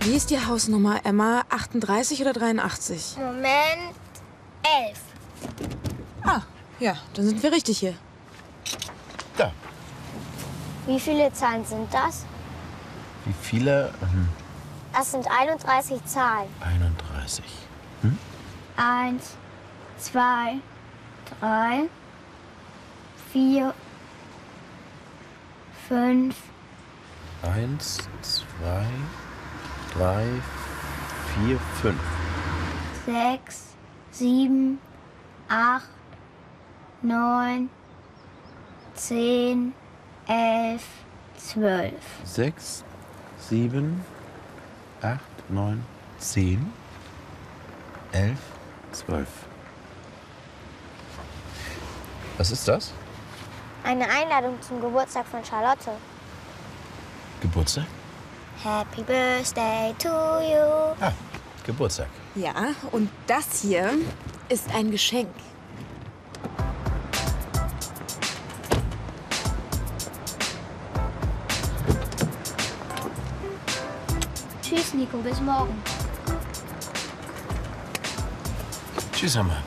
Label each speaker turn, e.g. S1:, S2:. S1: Wie ist die Hausnummer, Emma? 38 oder 83?
S2: Moment. Elf.
S1: Ah, ja, dann sind wir richtig hier.
S3: Da.
S2: Wie viele Zahlen sind das?
S3: Wie viele? Ähm,
S2: Das sind 31 Zahlen.
S3: 31.
S2: Eins, zwei, drei, vier, fünf,
S3: Eins, zwei, drei, vier, fünf.
S2: sechs, sieben, acht, neun, zehn, elf, zwölf.
S3: Sechs, sieben, acht, neun, zehn, elf, zwölf. Was ist das?
S2: Eine Einladung zum Geburtstag von Charlotte.
S3: Geburtstag?
S2: Happy Birthday to you.
S3: Ah, Geburtstag.
S1: Ja, und das hier ist ein Geschenk.
S2: Tschüss, Nico, bis morgen.
S3: Tschüss, Hammer.